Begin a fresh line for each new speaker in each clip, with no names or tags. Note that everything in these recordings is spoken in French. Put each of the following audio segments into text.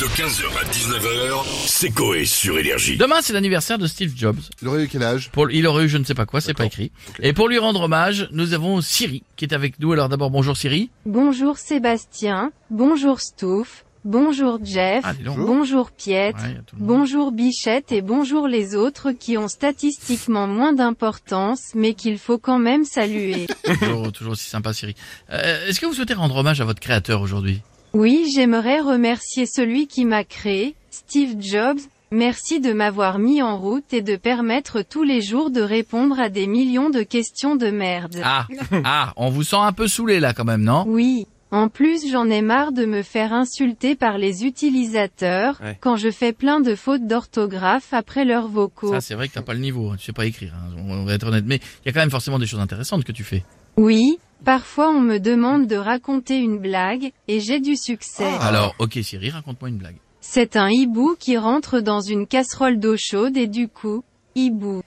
De 15h à 19h, c'est Coé sur Énergie.
Demain, c'est l'anniversaire de Steve Jobs.
Il aurait eu quel âge
Pour- il aurait eu je ne sais pas quoi, c'est pas écrit. Et pour lui rendre hommage, nous avons Siri qui est avec nous. Alors d'abord, bonjour Siri.
Bonjour Sébastien, bonjour Stouff, bonjour Jeff,
Ah, dis donc.
bonjour Piet,
Ouais, y a tout le monde.
bonjour Bichette et bonjour les autres qui ont statistiquement moins d'importance mais qu'il faut quand même saluer.
toujours, toujours aussi sympa Siri. Euh, Est-ce que vous souhaitez rendre hommage à votre créateur aujourd'hui
Oui, j'aimerais remercier celui qui m'a créé, Steve Jobs. Merci de m'avoir mis en route et de permettre tous les jours de répondre à des millions de questions de merde.
Ah, ah, on vous sent un peu saoulé là quand même, non
Oui. En plus, j'en ai marre de me faire insulter par les utilisateurs
Ouais.
quand je fais plein de fautes d'orthographe après leurs vocaux.
Ça, c'est vrai que t'as pas le niveau, hein, tu sais pas écrire. hein, on va être honnête, mais il y a quand même forcément des choses intéressantes que tu fais.
Oui, parfois on me demande de raconter une blague et j'ai du succès.
Ah. Alors, ok Siri, raconte-moi une blague.
C'est un hibou qui rentre dans une casserole d'eau chaude et du coup, hibou.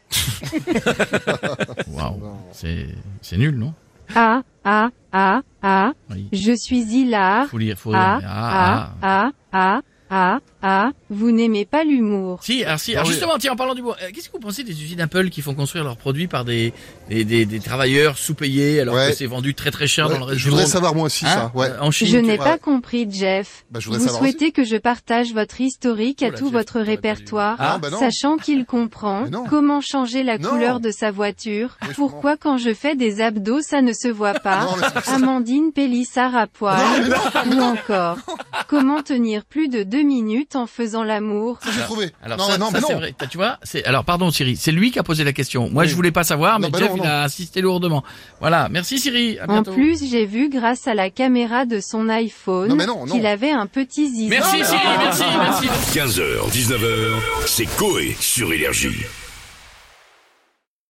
Waouh, c'est, c'est nul, non
Ah, ah, ah, ah,
Oui.
je suis hilar.
Faut lire, faut.
Ah,
ah,
ah, ah, ah, ah, ah, vous n'aimez pas l'humour.
Si, alors, si, alors justement, tiens, en parlant du bois, euh, qu'est-ce que vous pensez des usines Apple qui font construire leurs produits par des, des, des, des travailleurs sous-payés alors
Ouais.
que c'est vendu très très cher
Ouais,
dans le reste
Je
du
voudrais
monde
savoir moi aussi
Hein
ça. Ouais.
Euh, En Chine,
Je
tu-
n'ai
vois.
pas compris, Jeff.
Bah, je voudrais
Vous
savoir aussi.
souhaitez que je partage votre historique à
Oula,
tout
Jeff,
votre
t'aurais pas dû.
répertoire,
Ah, bah non.
sachant qu'il comprend
Mais non.
comment changer la
Non.
couleur de sa voiture,
Mais je
pourquoi quand je fais des abdos ça ne se voit pas, Ah,
Non, mais-
Amandine Pélissard à poil, ou encore, comment tenir plus de deux minutes en faisant l'amour,
Ça, J'ai trouvé.
Alors
non,
ça,
mais non,
ça,
mais
c'est
non.
vrai. T'as- Tu vois, c'est alors pardon Siri, c'est lui qui a posé la question. Moi
Oui.
je voulais pas savoir,
Non,
mais
bah
Jeff
non,
il
non.
a insisté lourdement. Voilà, merci Siri. À
en
bientôt.
plus j'ai vu grâce à la caméra de son
Non,
iPhone
mais non, non.
qu'il avait un petit zizou.
Merci Siri, merci, merci.
15h, 19h, c'est Coé sur Énergie.